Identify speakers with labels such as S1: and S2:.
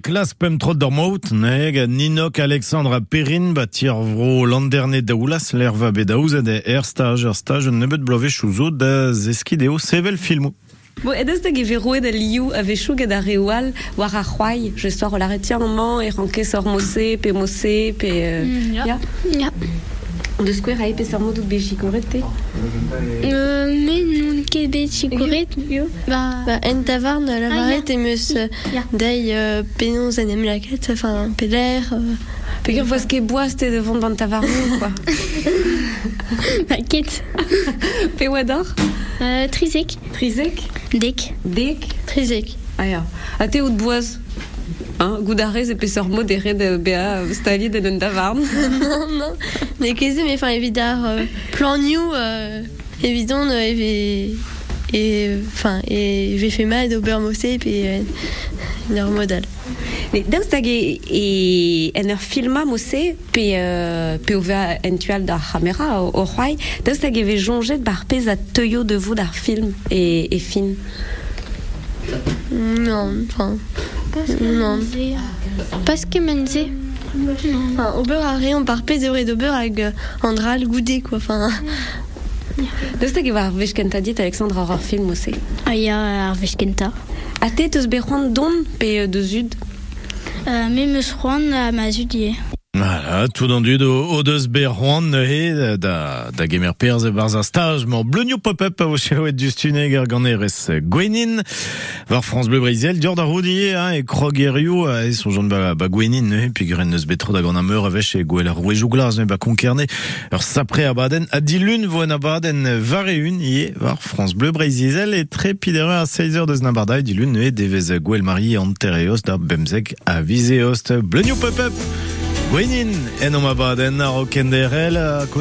S1: Niklas Pemtrodormout, neg, Ninok Alexandra Perrin, batir vro landerne daulas, l'erva bedaouz de er stage, er stage nebet blove chouzo da zeskideo sevel filmou.
S2: Bo edez da geve roed al liou a vechou gad ar reoal war ar c'hoai, je soar o l'arretian man e ranke sor mose, pe mose, pe... euh,
S3: Mm,
S2: Ya.
S3: Ya.
S2: De skouer a epe sor modout bejik orete.
S3: Euh, mais nous ket bet chikoret
S2: Yo.
S3: ba
S4: Ba, en tavarn, Bah, la
S3: Ah,
S4: varet emeus euh,
S3: Ya.
S4: dei euh, penons en em laket, enfin, peder, euh,
S2: Peogwir voaz ket boaz te devant bant tavarnou, quoi.
S3: ba ket
S2: Pe oa d'or?
S3: euh, trizek
S2: Trizek?
S3: dek
S2: Dek? ah,
S4: trizek.
S2: Aya. A te out boaz? Hein, goudarez epe sor modere de bea stali de den tavarn.
S4: non, non, ne keze, mais enfin, évidar, euh, plan new, euh, évidon, euh, eve, et, enfin, et ve fait mal d'obermosé, puis, euh, leur modal.
S2: Mais daoust hag e, e en ur filma mose pe, euh, pe ouve en tual d'ar c'hamera o, o c'hoai, daoust hag e vez jonget bar pez a teuio de vo d'ar film e, e fin.
S4: Non, enfin, non.
S3: parce que menze
S4: Enfin, ober a reon par pez eo red ober hag euh, an dral goudé, quoi, enfin,
S2: Daoust hag e war vez kenta dit Alexandre ar ur film mose.
S3: aya ar veskenta
S2: A te teus bet c'hoant don pe euh, de zud
S3: euh, mais me sroan a ma zudie
S1: Voilà, tout dans du do, o deus be roan nehe euh, da, da gemer perz e barz a stage, man bleu pop-up a vo chelouet du stune ger gant erez Gwenin, var France Bleu Brésil, dior da roudie, hein, e krog erio, a e son jante ba, ba Gwenin, nehe, puis gren neus betro da gant a meur avech e gwell a rouejou glas, ne ba konkerne, ur sapre a baden, a di lun voen a baden, var e un, ie, var France Bleu Brésil, e tre pidere a 16 heures deus nabardai, di lun nehe, devez gwell mari antereos da bemzek a vizeost, bleu pop-up Gwenin en oma baden ar o kenderel a koz